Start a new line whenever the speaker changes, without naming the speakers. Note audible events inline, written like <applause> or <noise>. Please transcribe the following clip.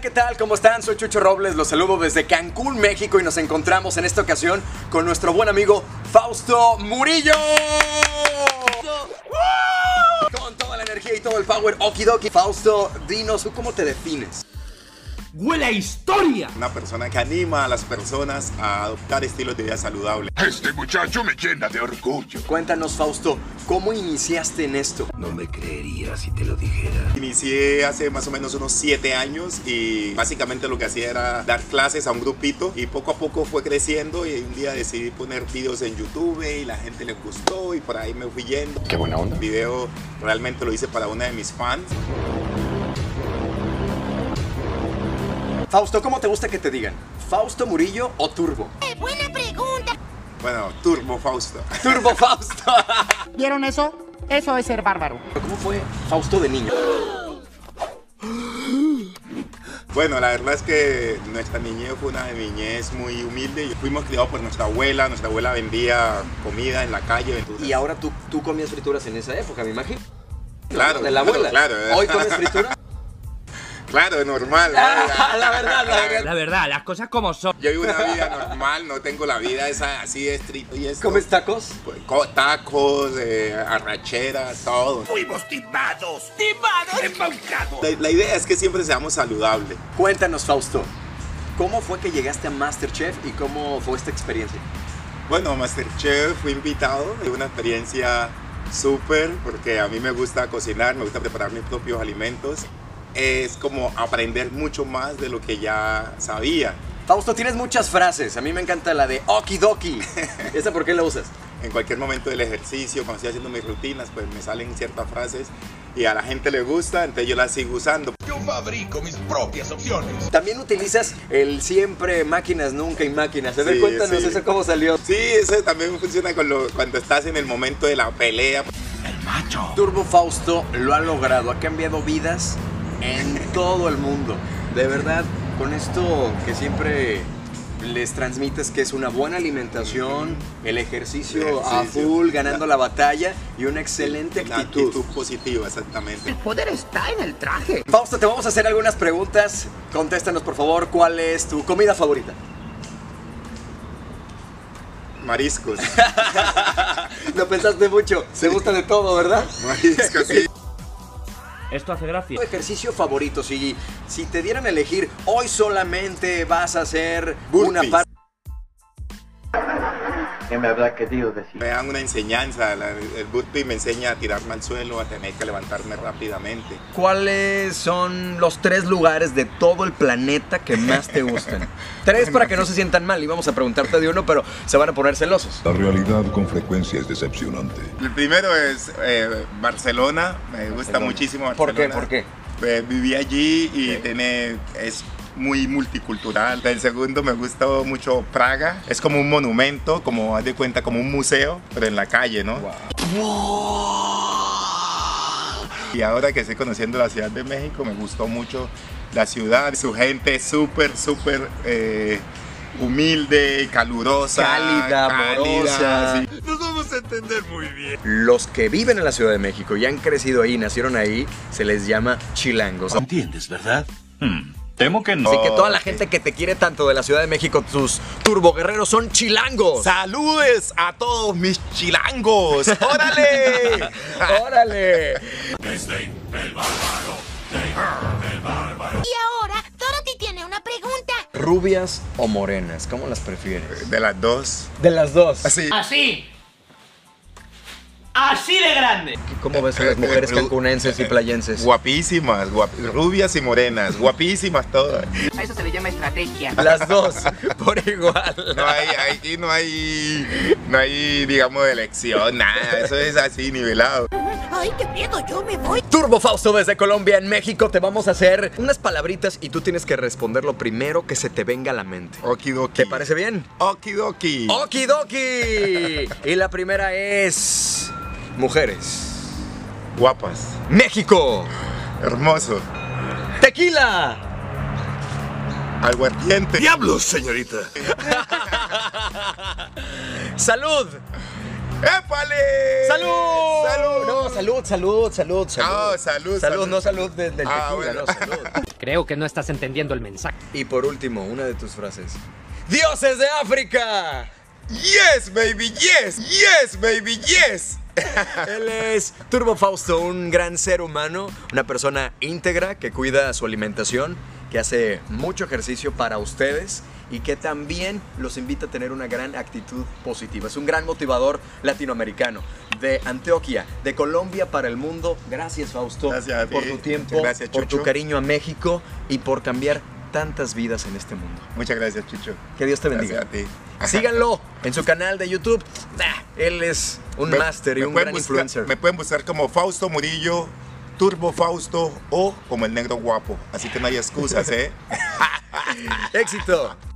¿qué tal? ¿Cómo están? Soy Chucho Robles, los saludo desde Cancún, México y nos encontramos en esta ocasión con nuestro buen amigo Fausto Murillo. Con toda la energía y todo el power, okidoki. Fausto, dinos, ¿tú cómo te defines?
¡Huele a historia!
Una persona que anima a las personas a adoptar estilos de vida saludables.
Este muchacho me llena de orgullo.
Cuéntanos, Fausto, ¿cómo iniciaste en esto?
No me creería si te lo dijera.
Inicié hace más o menos unos 7 años y básicamente lo que hacía era dar clases a un grupito y poco a poco fue creciendo y un día decidí poner videos en YouTube y la gente le gustó y por ahí me fui yendo.
Qué buena onda.
El video realmente lo hice para una de mis fans.
Fausto, ¿cómo te gusta que te digan? ¿Fausto Murillo o Turbo?
buena pregunta.
Bueno, Turbo Fausto. <laughs>
Turbo Fausto. <laughs>
¿Vieron eso? Eso es ser bárbaro.
¿Cómo fue Fausto de niño?
Bueno, la verdad es que nuestra niñez fue una niñez muy humilde. Fuimos criados por nuestra abuela. Nuestra abuela vendía comida en la calle. entonces-
Y ahora tú, tú comías frituras en esa época, me imagino.
Claro,
De la abuela.
claro, claro.
Hoy comes frituras.
<laughs> Claro, normal.
Ah, <laughs> la verdad, la verdad.
La verdad, las cosas como son.
Yo vivo una vida normal, no tengo la vida esa así de estricto y esto.
¿Comes tacos?
Pues, co- Tacos, eh, arracheras, todo.
Fuimos timados,
¡Timado!
embaucados.
La, la idea es que siempre seamos saludables.
Cuéntanos, Fausto. ¿Cómo fue que llegaste a Masterchef y cómo fue esta experiencia?
Bueno, Masterchef fui invitado, fue una experiencia súper porque a mí me gusta cocinar, me gusta preparar mis propios alimentos. Es como aprender mucho más de lo que ya sabía.
Fausto, tienes muchas frases. A mí me encanta la de <laughs> okidoki. ¿Esa por qué la usas?
en cualquier momento del ejercicio, cuando estoy haciendo mis rutinas, pues me salen ciertas frases y a la gente le gusta, entonces yo las sigo usando.
Yo fabrico mis propias opciones.
También utilizas el siempre máquinas, nunca y máquinas. A ver,
Sí,
cuéntanos
sí.
eso cómo salió.
Sí, eso también funciona con lo- cuando estás en el momento de la pelea. pues,
El macho.
Turbo Fausto lo ha logrado, ha cambiado vidas en todo el mundo. De verdad, con esto que siempre les transmites que es una buena alimentación, el ejercicio, a
Ejercicio.
full, ganando la batalla y una excelente
Una
actitud.
positiva, exactamente.
Poder está en el traje.
Fausto, te vamos a hacer algunas preguntas. Contéstanos, por favor, ¿cuál es tu comida favorita?
Mariscos. <laughs>
Lo pensaste mucho, se gusta de todo, ¿verdad?
Mariscos, sí.
Esto hace gracia.
¿Tu ejercicio favorito? Si, si te dieran a elegir, hoy solamente vas a hacer una
Burpees.
parte.
¿Qué me habrá querido decir?
Me dan una enseñanza. la- el burpee me enseña a tirarme al suelo, a tener que levantarme rápidamente.
¿Cuáles son los tres lugares de todo el planeta que más te
<laughs>
gustan? tres para que no se sientan mal. Íbamos a preguntarte de uno, pero se van a poner celosos.
La realidad con frecuencia es decepcionante.
El primero es eh, Barcelona. Me gusta muchísimo
¿Por
Barcelona.
qué? ¿Por qué?
Pues, viví allí y tiene, es muy multicultural. El segundo me gustó mucho Praga. Es como un monumento, como haz de cuenta, como un museo, pero en la calle, ¿no? Y ahora que estoy conociendo la Ciudad de México, me gustó mucho la ciudad. Su gente es súper, súper eh, humilde, calurosa.
Cálida, amorosa.
sí.
Nos vamos a entender muy bien.
Los que viven en la Ciudad de México y han crecido ahí, nacieron ahí, se les llama chilangos.
¿Entiendes, verdad? Hmm, temo que no.
Así que toda la gente que te quiere tanto de la Ciudad de México, tus turboguerreros son chilangos.
Saludes a todos mis chilangos.
<laughs>
¡Órale!
¡Órale!
Y ahora, Dorothy tiene una pregunta.
¿Rubias o morenas? ¿Cómo las prefieres?
De las dos.
De las dos.
Así.
Así. Así de grande.
¿Cómo ves a las mujeres cancunenses y playenses?
Guapísimas, guap- rubias y morenas, guapísimas todas.
A eso se le llama estrategia.
Las dos, por igual.
No hay, aquí no hay, no hay, digamos, elección, nada. Eso es así, nivelado.
Ay, qué miedo, yo me voy.
Turbo Fausto desde Colombia, en México, te vamos a hacer unas palabritas y tú tienes que responder lo primero que se te venga a la mente.
Okidoki.
¿Te parece Oh. bien?
Okidoki.
¡Okidoki! Y la primera es... Mujeres.
Guapas.
México.
Hermoso.
Tequila.
Aguardiente.
¡Diablos, señorita!
Salud.
¡Épale!
¡Salud!
Eh, ¡Salud!
No, salud, salud, salud, salud.
Ah, salud,
Salud,
salud.
no salud de- del
Ah,
tequila,
bueno. <laughs>
no, salud.
Creo que no estás entendiendo el mensaje.
Y por último, una de tus frases. ¡Dioses de África! Yes, baby, yes, yes, baby, yes. Él es Turbo Fausto, un gran ser humano, una persona íntegra que cuida su alimentación, que hace mucho ejercicio para ustedes y que también los invita a tener una gran actitud positiva. Es un gran motivador latinoamericano de Antioquia, de Colombia para el mundo. Gracias, Fausto,
Gracias a ti.
por tu tiempo,
Muchas gracias,
por tu
Chucho.
cariño a México y por cambiar tantas vidas en este mundo.
Muchas gracias, Chicho.
Que Dios te bendiga.
Gracias a ti.
Síganlo en su canal de YouTube. Nah, Él es un
Me-
máster y
me
un
pueden
gran
buscar-
influencer.
Me pueden buscar como Fausto Murillo,
<laughs>
Turbo Fausto o como el negro guapo. Así que no hay excusas, ¿eh?
Éxito.